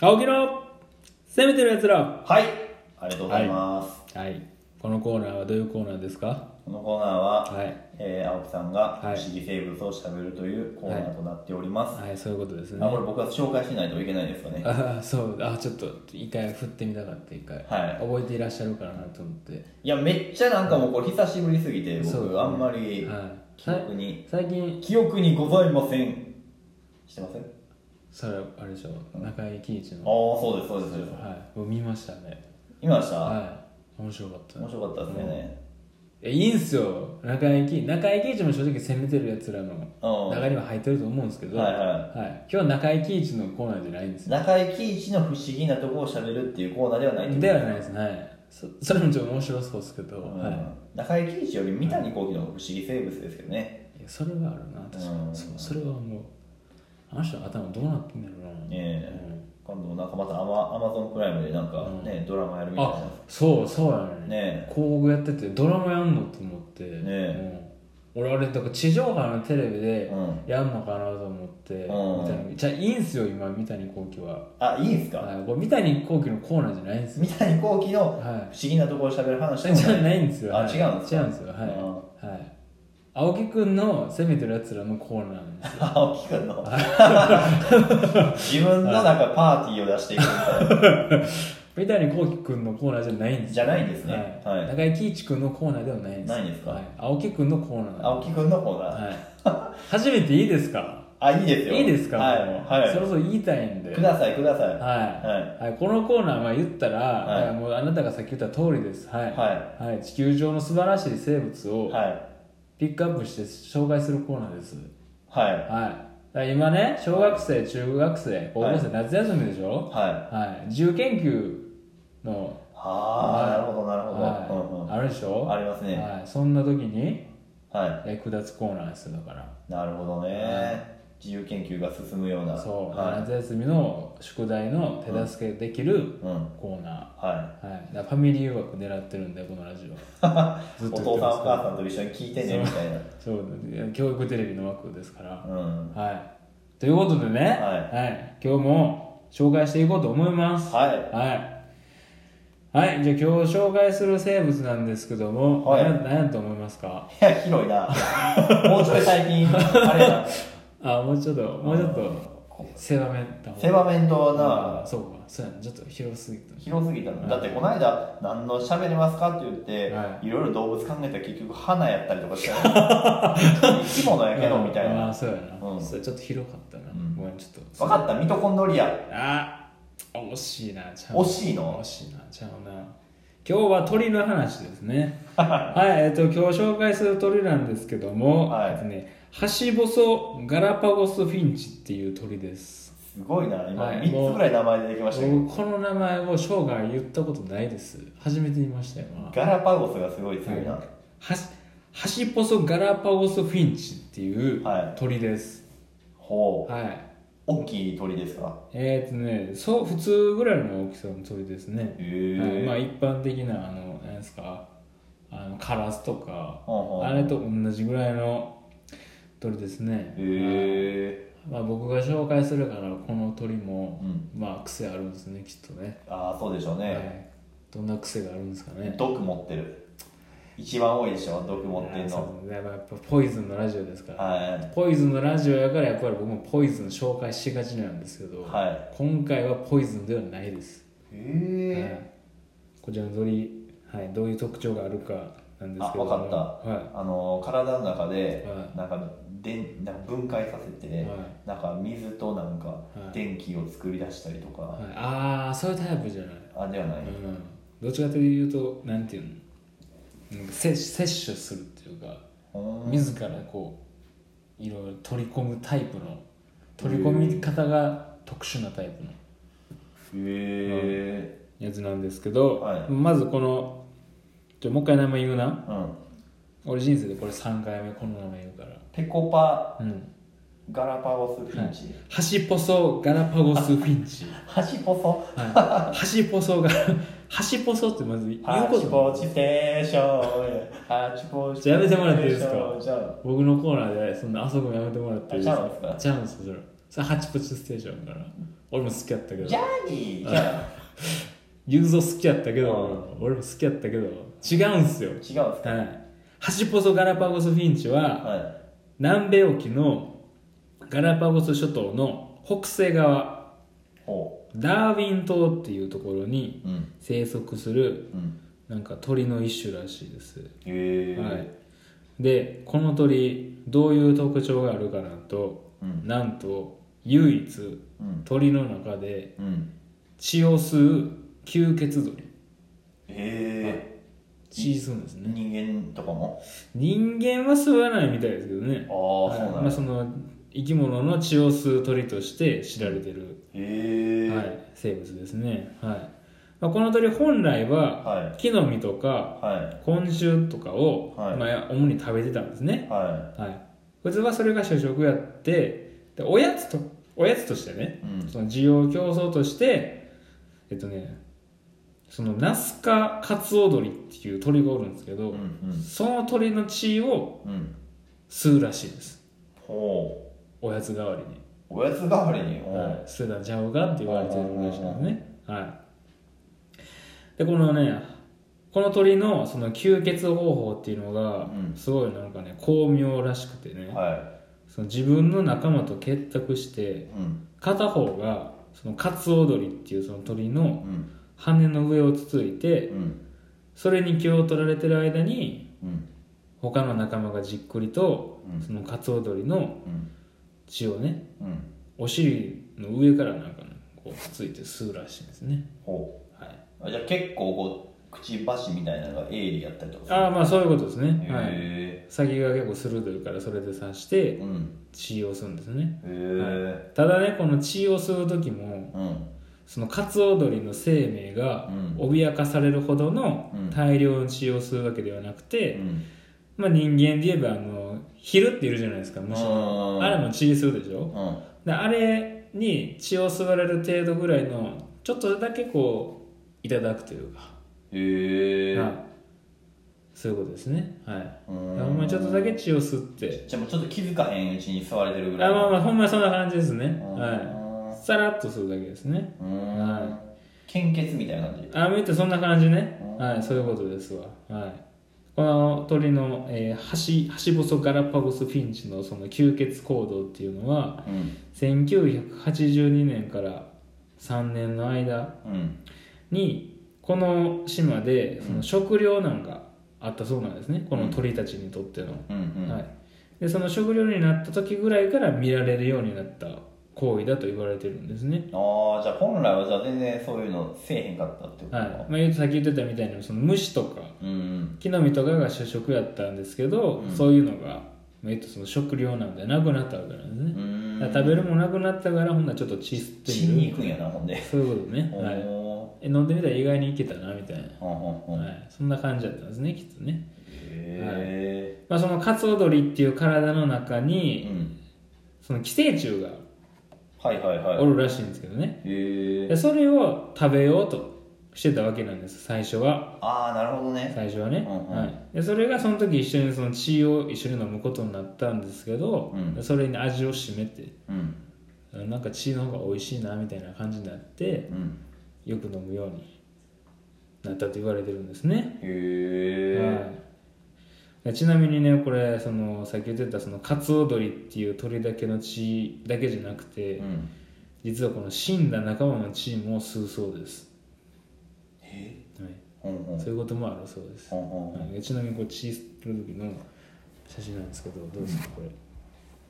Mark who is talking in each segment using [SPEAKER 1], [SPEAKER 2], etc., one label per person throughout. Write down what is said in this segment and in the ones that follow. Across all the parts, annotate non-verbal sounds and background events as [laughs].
[SPEAKER 1] 青木の攻めてるやつら
[SPEAKER 2] はいありがとうございます、
[SPEAKER 1] はいこのコーナーはどういうコーナーですか
[SPEAKER 2] このコーナーは、
[SPEAKER 1] はい
[SPEAKER 2] えー青木さんが不
[SPEAKER 1] はい
[SPEAKER 2] 思議生物をしゃべるというコーナーとなっております、
[SPEAKER 1] はいそういうことですね
[SPEAKER 2] あこれ僕は紹介しないといけないですかね
[SPEAKER 1] ああそうあちょっと一回振ってみたかった一回、
[SPEAKER 2] はい
[SPEAKER 1] 覚えていらっしゃるかなと思って
[SPEAKER 2] いやめっちゃなんかもうこれ久しぶりすぎ
[SPEAKER 1] そう
[SPEAKER 2] て
[SPEAKER 1] ですね
[SPEAKER 2] 僕あんまり
[SPEAKER 1] はい
[SPEAKER 2] 記憶に
[SPEAKER 1] 最近
[SPEAKER 2] 記憶にございませんしてませんあ
[SPEAKER 1] それあれでしょ中井貴一
[SPEAKER 2] あ
[SPEAKER 1] の
[SPEAKER 2] そうですそうですそうです
[SPEAKER 1] はいもう見ましたね
[SPEAKER 2] 今でした、
[SPEAKER 1] はい面白かった
[SPEAKER 2] 面白かったですね、
[SPEAKER 1] えいいんすよ中井貴一中井貴一も正直攻めてるやつらの
[SPEAKER 2] うん
[SPEAKER 1] 中には入ってると思うんですけど、
[SPEAKER 2] はいはい
[SPEAKER 1] はい、今日は中井貴一のコーナーじゃないんですよ
[SPEAKER 2] 中井貴一の不思議なところをしゃべるっていうコーナーではないってこと
[SPEAKER 1] ではないですはいそそれもちょっと面白そうですけど、
[SPEAKER 2] うん
[SPEAKER 1] はい、
[SPEAKER 2] 中井貴一より三谷幸喜の不思議生物ですけどね、
[SPEAKER 1] いやそれはあるな確かに、
[SPEAKER 2] うん
[SPEAKER 1] そうそれはもうあの人の頭どうなってんだろうな、
[SPEAKER 2] ええ今度なんかまたアマアマゾンプライムでなんかね、ドラマやるみたい
[SPEAKER 1] あそうそうやね
[SPEAKER 2] ね
[SPEAKER 1] 広告やっててドラマやんのと思って、
[SPEAKER 2] え
[SPEAKER 1] うん、俺あれだから地上波のテレビで
[SPEAKER 2] うん
[SPEAKER 1] やんのかなと思って、
[SPEAKER 2] うん
[SPEAKER 1] みたいなじゃあいいんすよ今三谷幸喜は、
[SPEAKER 2] なあいいんすか
[SPEAKER 1] はい、これ三谷幸喜のコーナーじゃないんですよ
[SPEAKER 2] 三谷幸喜の不
[SPEAKER 1] はい
[SPEAKER 2] 思議なところをしゃべる話でも
[SPEAKER 1] じゃないんですよ。
[SPEAKER 2] あ
[SPEAKER 1] はい
[SPEAKER 2] 違うんですか
[SPEAKER 1] 違うんですよ。はい。はい。青木くんの攻めてる奴らのコーナーなんですよ。
[SPEAKER 2] 青木くんの [laughs] 自分のなんかパーティーを出していくみたいな
[SPEAKER 1] 三谷幸喜くんのコーナーじゃないんです
[SPEAKER 2] じ
[SPEAKER 1] よ。
[SPEAKER 2] ゃないんですね
[SPEAKER 1] はい。
[SPEAKER 2] はい
[SPEAKER 1] 中井貴一くんのコーナーではないんですよ。
[SPEAKER 2] ないんですか
[SPEAKER 1] はい。青木くんのコーナーなん
[SPEAKER 2] 青木くんの方だ、
[SPEAKER 1] ではい。初めていいですか
[SPEAKER 2] あいいですよ
[SPEAKER 1] いいですか
[SPEAKER 2] はい
[SPEAKER 1] もう
[SPEAKER 2] はい
[SPEAKER 1] そろそろ言いたいんで。
[SPEAKER 2] くださいくださいは
[SPEAKER 1] はい、はい、このコーナーは言ったら、
[SPEAKER 2] はい
[SPEAKER 1] はいもうあなたがさっき言った通りです、はい
[SPEAKER 2] は
[SPEAKER 1] はい地球上の素晴らしい生物
[SPEAKER 2] い
[SPEAKER 1] を
[SPEAKER 2] はい
[SPEAKER 1] ピックアップして紹介するコーナーです、
[SPEAKER 2] はい
[SPEAKER 1] はい、だから今ね小学生中学生高校生夏休みでしょ、
[SPEAKER 2] はい
[SPEAKER 1] はい、自由研究の、
[SPEAKER 2] ああなるほどなるほど、うんうん
[SPEAKER 1] はい、あるでしょ
[SPEAKER 2] ありますね
[SPEAKER 1] はい、そんな時に
[SPEAKER 2] は
[SPEAKER 1] 役立つコーナーですだから
[SPEAKER 2] いなるほどね自由研究が進むような
[SPEAKER 1] そう、
[SPEAKER 2] は
[SPEAKER 1] 夏休みの宿題の手助けできる
[SPEAKER 2] い、うん
[SPEAKER 1] コーナ
[SPEAKER 2] は
[SPEAKER 1] ー、はい、だからファミリー誘惑狙ってるんでこのラジオ
[SPEAKER 2] い、
[SPEAKER 1] ずっ
[SPEAKER 2] お
[SPEAKER 1] と言っ
[SPEAKER 2] 父
[SPEAKER 1] て
[SPEAKER 2] さん
[SPEAKER 1] ま
[SPEAKER 2] お
[SPEAKER 1] す
[SPEAKER 2] 母さんと一緒に聞いてねみたいな
[SPEAKER 1] そう教育テレビの枠ですから、
[SPEAKER 2] うん
[SPEAKER 1] はいということでね、はい今日も紹介していこうと思います
[SPEAKER 2] は
[SPEAKER 1] はい。はい、じゃあ今日紹介する生物なんですけども、
[SPEAKER 2] はい
[SPEAKER 1] 何や何やと思いますか
[SPEAKER 2] いいや広いなもうちょい最
[SPEAKER 1] [laughs]
[SPEAKER 2] 近あれやな
[SPEAKER 1] あ、もうちょっと、もうちょっと、狭めた方が。
[SPEAKER 2] 狭めんと
[SPEAKER 1] あ
[SPEAKER 2] な
[SPEAKER 1] そうか、そうやな、ちょっと広すぎた。
[SPEAKER 2] 広すぎたのだってこの間何の喋れますかって言って、、
[SPEAKER 1] はい
[SPEAKER 2] ろいろ動物考えたら結局花やったりとかして
[SPEAKER 1] [laughs]
[SPEAKER 2] 生き物やけどみたい
[SPEAKER 1] ああ、
[SPEAKER 2] な
[SPEAKER 1] そうやな。
[SPEAKER 2] うん
[SPEAKER 1] それちょっと広かったな。
[SPEAKER 2] ん
[SPEAKER 1] ごめん、ちょっと。
[SPEAKER 2] 分かったミトコンドリア
[SPEAKER 1] あ、惜しいな、ちゃう
[SPEAKER 2] 惜しいの
[SPEAKER 1] 惜しいな、ちゃうな。今日は鳥の話です
[SPEAKER 2] [laughs]
[SPEAKER 1] ね。はい、えっと、今日紹介する鳥なんですけども、
[SPEAKER 2] はい
[SPEAKER 1] えっとね、ハシボソガラパゴスフィンチっていう鳥です。
[SPEAKER 2] すごいな今
[SPEAKER 1] はい
[SPEAKER 2] 3つぐらい名前出てきましたけど、
[SPEAKER 1] 僕この名前を生涯言ったことないです初めて見ましたよ今
[SPEAKER 2] ガラパゴスがすごい強いな、
[SPEAKER 1] はしハシポソガラパゴスフィンチっていう
[SPEAKER 2] はい
[SPEAKER 1] 鳥です
[SPEAKER 2] ほう
[SPEAKER 1] はい、
[SPEAKER 2] 大きい鳥ですか
[SPEAKER 1] えー、っとねそう普通ぐらいの大きさの鳥ですね、
[SPEAKER 2] へ
[SPEAKER 1] はい、
[SPEAKER 2] え、
[SPEAKER 1] まあ一般的なあのなんですかあのカラスとか
[SPEAKER 2] ほうほう
[SPEAKER 1] あれと同じぐらいの鳥ですね、
[SPEAKER 2] へえ
[SPEAKER 1] まあ、僕が紹介するからこの鳥も、
[SPEAKER 2] うん
[SPEAKER 1] まあ癖あるんですねきっとね、
[SPEAKER 2] ああそうでしょうね、
[SPEAKER 1] はい、どんな癖があるんですかね
[SPEAKER 2] 毒持ってる一番多いでしょ毒持ってる
[SPEAKER 1] そうで
[SPEAKER 2] の
[SPEAKER 1] すねまあやっぱポイズンのラジオですから、
[SPEAKER 2] は
[SPEAKER 1] ポイズンのラジオやからやっぱり僕もポイズン紹介しがちなんですけど、
[SPEAKER 2] は
[SPEAKER 1] 今回はポイズンではないです、
[SPEAKER 2] いへ
[SPEAKER 1] は
[SPEAKER 2] え
[SPEAKER 1] いこちらの鳥、はい、どういう特徴があるかなんですけども
[SPEAKER 2] あわか
[SPEAKER 1] は
[SPEAKER 2] あの体の中で
[SPEAKER 1] はい
[SPEAKER 2] なんかでんなんか分解させて
[SPEAKER 1] はい
[SPEAKER 2] なんか水となんか
[SPEAKER 1] い
[SPEAKER 2] 電気を作り出したりと
[SPEAKER 1] い、
[SPEAKER 2] か
[SPEAKER 1] はい、ああそういうタイプじゃない、
[SPEAKER 2] あではない
[SPEAKER 1] うん、どっちかというとなんていうのなんか摂摂取するっていうか
[SPEAKER 2] ほー
[SPEAKER 1] 自らこういろいろ取り込むタイプの取り込み方が特殊なタイプの
[SPEAKER 2] へえ
[SPEAKER 1] やつなんですけど、
[SPEAKER 2] はい
[SPEAKER 1] まずこのじゃあもう一回名前言うな
[SPEAKER 2] うん
[SPEAKER 1] 俺人生でこれ3回目この名前言うから
[SPEAKER 2] ペコパ
[SPEAKER 1] うん
[SPEAKER 2] ガラパゴスフィンチ
[SPEAKER 1] ハシポソガラパゴスフィンチ
[SPEAKER 2] 端ポソ
[SPEAKER 1] はいハシポソがハシポソってまず言う
[SPEAKER 2] ハ
[SPEAKER 1] こ
[SPEAKER 2] チ
[SPEAKER 1] と
[SPEAKER 2] ポチステーションハチポチ
[SPEAKER 1] じゃあやめてもらっていいですか
[SPEAKER 2] ステーションじゃあ
[SPEAKER 1] 僕のコーナーでそんな遊ぶのやめてもらっていいです
[SPEAKER 2] あちゃうんです
[SPEAKER 1] か
[SPEAKER 2] か
[SPEAKER 1] ちゃうんですそれさハチプチステーションから俺も好きやったけど
[SPEAKER 2] ジャーニーじゃん
[SPEAKER 1] ゆうぞ好きやったけど俺も好きやったけど違うんすよ
[SPEAKER 2] 違うんですか
[SPEAKER 1] はいハチポソガラパゴスフィンチは
[SPEAKER 2] は
[SPEAKER 1] 南米沖のガラパゴス諸島の北西側
[SPEAKER 2] いほ
[SPEAKER 1] ダーウィン島っていうところに
[SPEAKER 2] ううん
[SPEAKER 1] 生息する
[SPEAKER 2] うん
[SPEAKER 1] なんか鳥の一種らしいです、
[SPEAKER 2] へえ
[SPEAKER 1] はい、でこの鳥どういう特徴があるかなんと、
[SPEAKER 2] うん
[SPEAKER 1] なんと唯一
[SPEAKER 2] うん
[SPEAKER 1] 鳥の中で
[SPEAKER 2] うん
[SPEAKER 1] 血を吸う吸血鳥
[SPEAKER 2] へえ
[SPEAKER 1] 血吸うんですね
[SPEAKER 2] 人間とかも
[SPEAKER 1] 人間は吸わないみたいですけどね
[SPEAKER 2] ああそう
[SPEAKER 1] はい
[SPEAKER 2] なん
[SPEAKER 1] まあ、
[SPEAKER 2] や
[SPEAKER 1] その生き物の血を吸う鳥として知られてる、
[SPEAKER 2] へえ
[SPEAKER 1] はい、生物ですね、はいまあ、この鳥本来は
[SPEAKER 2] は
[SPEAKER 1] 木の実とか
[SPEAKER 2] いはい
[SPEAKER 1] 昆虫とかを、
[SPEAKER 2] はい
[SPEAKER 1] まあ、主に食べてたんですね、
[SPEAKER 2] は
[SPEAKER 1] はい、普通はそれが主食やってでおやつとおやつとしてね
[SPEAKER 2] いうん
[SPEAKER 1] その需要競争としてえっとねそのナスカカツオドリっていう鳥がおるんですけど、
[SPEAKER 2] うんうん
[SPEAKER 1] その鳥の血を
[SPEAKER 2] うん
[SPEAKER 1] 吸うらしいです
[SPEAKER 2] ほ
[SPEAKER 1] おやつ代わりに
[SPEAKER 2] うおやつ代わりにほ
[SPEAKER 1] は
[SPEAKER 2] う
[SPEAKER 1] い、捨てたんちゃうかって言われてるらしいですね、はい、でこのねこの鳥のその吸血方法っていうのが
[SPEAKER 2] うん
[SPEAKER 1] すごいなんかね巧妙らしくてね
[SPEAKER 2] は
[SPEAKER 1] その自分の仲間と結託し
[SPEAKER 2] い
[SPEAKER 1] て
[SPEAKER 2] うん
[SPEAKER 1] 片方がそのカツオドリっていうその鳥
[SPEAKER 2] う
[SPEAKER 1] の
[SPEAKER 2] ん
[SPEAKER 1] 羽の上をつついうて
[SPEAKER 2] ん
[SPEAKER 1] それに気を取られてる間に
[SPEAKER 2] うん
[SPEAKER 1] 他の仲間がじっくりと
[SPEAKER 2] うん
[SPEAKER 1] そのカツオドリの
[SPEAKER 2] うん
[SPEAKER 1] 血をね
[SPEAKER 2] うん
[SPEAKER 1] お尻の上からなんかねこうついて吸うらしいんですね
[SPEAKER 2] ほ
[SPEAKER 1] はい、
[SPEAKER 2] うあじゃあ結構こうくちばしみたいなのが鋭利やったりとか
[SPEAKER 1] ああまあそういうことですね、はい、
[SPEAKER 2] へ
[SPEAKER 1] 先が結構鋭いからそれで刺して
[SPEAKER 2] えうん
[SPEAKER 1] 血を吸うんですね
[SPEAKER 2] へえ
[SPEAKER 1] ただねこの血を吸う時も
[SPEAKER 2] うん
[SPEAKER 1] そのカツオドリの生命が
[SPEAKER 2] うん
[SPEAKER 1] 脅かされるほどの
[SPEAKER 2] うん
[SPEAKER 1] 大量の血を吸うわけではなく
[SPEAKER 2] う
[SPEAKER 1] て、
[SPEAKER 2] ん
[SPEAKER 1] まあ、人間で言えばあの昼っているじゃないですか
[SPEAKER 2] う
[SPEAKER 1] 虫
[SPEAKER 2] ん
[SPEAKER 1] あれも血吸うでしょ
[SPEAKER 2] うん
[SPEAKER 1] であれに血を吸われる程度ぐらいのちょっとだけこういただくというか、
[SPEAKER 2] へえ
[SPEAKER 1] はい、そういうことですねはい
[SPEAKER 2] うん
[SPEAKER 1] ほんまにちょっとだけ血を吸って
[SPEAKER 2] じゃあもうちょっと気づかへんうちに吸われてるぐら
[SPEAKER 1] あ
[SPEAKER 2] い
[SPEAKER 1] まあまあほんまにそんな感じですね
[SPEAKER 2] うん
[SPEAKER 1] は
[SPEAKER 2] う
[SPEAKER 1] いさらっとするだけですね
[SPEAKER 2] ん
[SPEAKER 1] は
[SPEAKER 2] 献血みたいな感じ
[SPEAKER 1] あ見てそんな感じね
[SPEAKER 2] うん
[SPEAKER 1] はいそういうことですわはいこの鳥の、えー、ハシハシボソガラパゴスフィンチのその吸血行動っていうのは
[SPEAKER 2] うん
[SPEAKER 1] 1982年から3年の間
[SPEAKER 2] うん
[SPEAKER 1] にこの島でその食糧難があったそうなんですねこの鳥たちにとっての、
[SPEAKER 2] うんうん
[SPEAKER 1] はい、でその食料になった時ぐらいから見られるようになった行為だと言われてるんですね、
[SPEAKER 2] ああじゃあ本来はじゃあ全然そういうのせえへんかったってことか、
[SPEAKER 1] はいまあ、言うとさっき言ってたみたいにその虫とか
[SPEAKER 2] うん
[SPEAKER 1] 木の実とかが主食やったんですけど、
[SPEAKER 2] うん
[SPEAKER 1] そういうのが、まあ、言うとその食料なんでなくなったわけなんです
[SPEAKER 2] う
[SPEAKER 1] ね、
[SPEAKER 2] ん
[SPEAKER 1] だから食べるもなくなったからほんならちょっと血吸って
[SPEAKER 2] 血
[SPEAKER 1] み
[SPEAKER 2] に
[SPEAKER 1] る
[SPEAKER 2] 行くんやなほんで
[SPEAKER 1] そういうことね、はい、
[SPEAKER 2] お
[SPEAKER 1] え飲んでみたら意外にいけたなみたい
[SPEAKER 2] ーほんほんほ
[SPEAKER 1] な、
[SPEAKER 2] ん
[SPEAKER 1] は
[SPEAKER 2] へ
[SPEAKER 1] い、そんな感じだったんですねきっとね、
[SPEAKER 2] え
[SPEAKER 1] まあ、そのカツオドリっていう体の中
[SPEAKER 2] う
[SPEAKER 1] に
[SPEAKER 2] ん
[SPEAKER 1] その寄生虫が
[SPEAKER 2] はいはいは
[SPEAKER 1] おるらしいんですけどね、
[SPEAKER 2] いへえ
[SPEAKER 1] でそれを食べようとしてたわけなんです最初は
[SPEAKER 2] ああなるほどね
[SPEAKER 1] 最初はね、
[SPEAKER 2] うんうん
[SPEAKER 1] はい、でそれがその時一緒にその血を一緒に飲むことになったんですけど、
[SPEAKER 2] うん
[SPEAKER 1] それに味を占めて
[SPEAKER 2] うん
[SPEAKER 1] なんか血の方が美味しいなみたいな感じになって
[SPEAKER 2] うん
[SPEAKER 1] よく飲むようになったと言われてるんですね、
[SPEAKER 2] へ
[SPEAKER 1] は
[SPEAKER 2] え
[SPEAKER 1] いでちなみにねこれそのさっき言ってたそのカツオドリっていう鳥だけの血だけじゃなくて、
[SPEAKER 2] うん
[SPEAKER 1] 実はこの死んだ仲間の血も吸うそうです、
[SPEAKER 2] え
[SPEAKER 1] はい、
[SPEAKER 2] ほんほん
[SPEAKER 1] そういうこともあるそうです
[SPEAKER 2] ほんほんほん
[SPEAKER 1] はいちなみにこう血吸ってる時の写真なんですけどどうですかこれ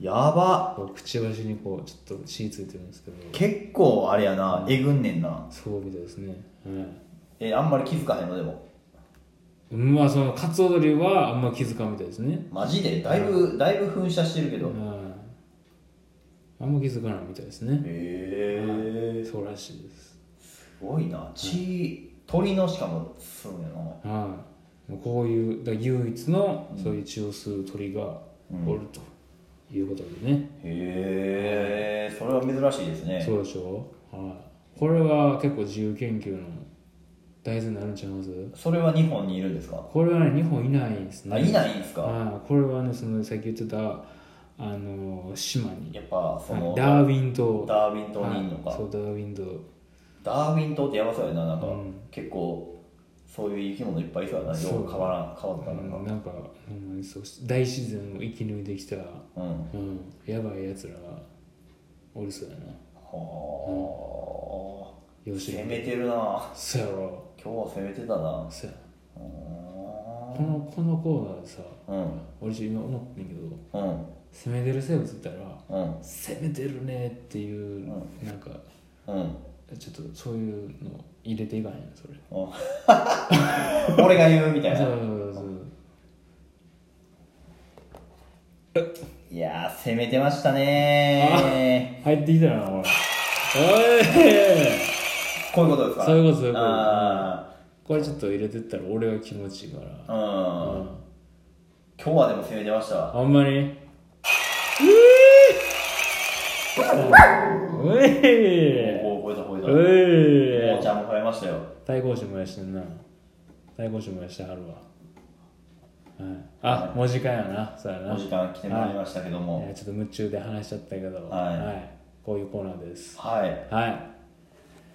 [SPEAKER 2] やば
[SPEAKER 1] こうくちばしにこうちょっと血ついてるんですけど
[SPEAKER 2] 結構あれやなえぐんねんな
[SPEAKER 1] そうみたいですね、はい、
[SPEAKER 2] えあんまり気づかへんのでも
[SPEAKER 1] うんまあそのカツオドリはあんま気づかんみたいですね
[SPEAKER 2] マジでだいぶだいぶ噴射してるけどへ
[SPEAKER 1] はいあんま気づかないみたいですね
[SPEAKER 2] え
[SPEAKER 1] そうらしいです
[SPEAKER 2] すごいな血鳥のしかも吸うんやな
[SPEAKER 1] はいこういうだから唯一のそういう血を吸う鳥がおるということでね、
[SPEAKER 2] へえそれは珍しいですね
[SPEAKER 1] そうでしょはいこれは結構自由研究の大事になるんちゃいます
[SPEAKER 2] それは日本にいるんですか
[SPEAKER 1] これはね日本いないんですね
[SPEAKER 2] あいないんですか
[SPEAKER 1] はいこれはねそのさっき言ってたあのの島に
[SPEAKER 2] やっぱそのダ
[SPEAKER 1] ダーウィン島
[SPEAKER 2] ーウィン島にいんの
[SPEAKER 1] はい
[SPEAKER 2] か
[SPEAKER 1] そうダーウィン島
[SPEAKER 2] ダーウィン島ってやばそうやななんか
[SPEAKER 1] うん
[SPEAKER 2] 結構そういう生き物いっぱいいそうやなよ
[SPEAKER 1] そう
[SPEAKER 2] う変わらん変わった
[SPEAKER 1] う
[SPEAKER 2] の
[SPEAKER 1] ん
[SPEAKER 2] か
[SPEAKER 1] なんかほんまにそう大自然を生き抜いてきた、
[SPEAKER 2] うん
[SPEAKER 1] うん、やばいやつらがおるそうやな
[SPEAKER 2] はあ
[SPEAKER 1] 養子
[SPEAKER 2] 攻
[SPEAKER 1] に
[SPEAKER 2] めてるな
[SPEAKER 1] そうやろ
[SPEAKER 2] 今日は攻めてたな
[SPEAKER 1] そうや
[SPEAKER 2] う
[SPEAKER 1] このこのコーナーでさ
[SPEAKER 2] ーんうん
[SPEAKER 1] 俺今思ってんけど
[SPEAKER 2] うん
[SPEAKER 1] 攻めてる生物って言ったら
[SPEAKER 2] うん
[SPEAKER 1] 攻めてるねっていう、なんか [laughs]
[SPEAKER 2] うん
[SPEAKER 1] ちょっとそういうの入れていかへんそれ
[SPEAKER 2] 俺が言うみたい
[SPEAKER 1] そうそ
[SPEAKER 2] な
[SPEAKER 1] うそう
[SPEAKER 2] いやー攻めてましたね
[SPEAKER 1] 入ってきたなおいおい
[SPEAKER 2] ーこういうことですか
[SPEAKER 1] そういうことそういうこと
[SPEAKER 2] あ
[SPEAKER 1] これちょっと入れてったら俺は気持ちいいから
[SPEAKER 2] ーうん
[SPEAKER 1] うん
[SPEAKER 2] 今日はでも攻めてましたわ
[SPEAKER 1] ほんまにうええ
[SPEAKER 2] おお超えた超え
[SPEAKER 1] う
[SPEAKER 2] た
[SPEAKER 1] え
[SPEAKER 2] もうちゃんも超えましたよ
[SPEAKER 1] 対抗心燃やしてんな対抗心燃やしてはるわ、はい、あもう時間やなそうやな
[SPEAKER 2] お時間来てまいりましたけど
[SPEAKER 1] い
[SPEAKER 2] も
[SPEAKER 1] やちょっと夢中で話しちゃったけど、
[SPEAKER 2] はい
[SPEAKER 1] こういうコーナーです
[SPEAKER 2] はい
[SPEAKER 1] はい [laughs]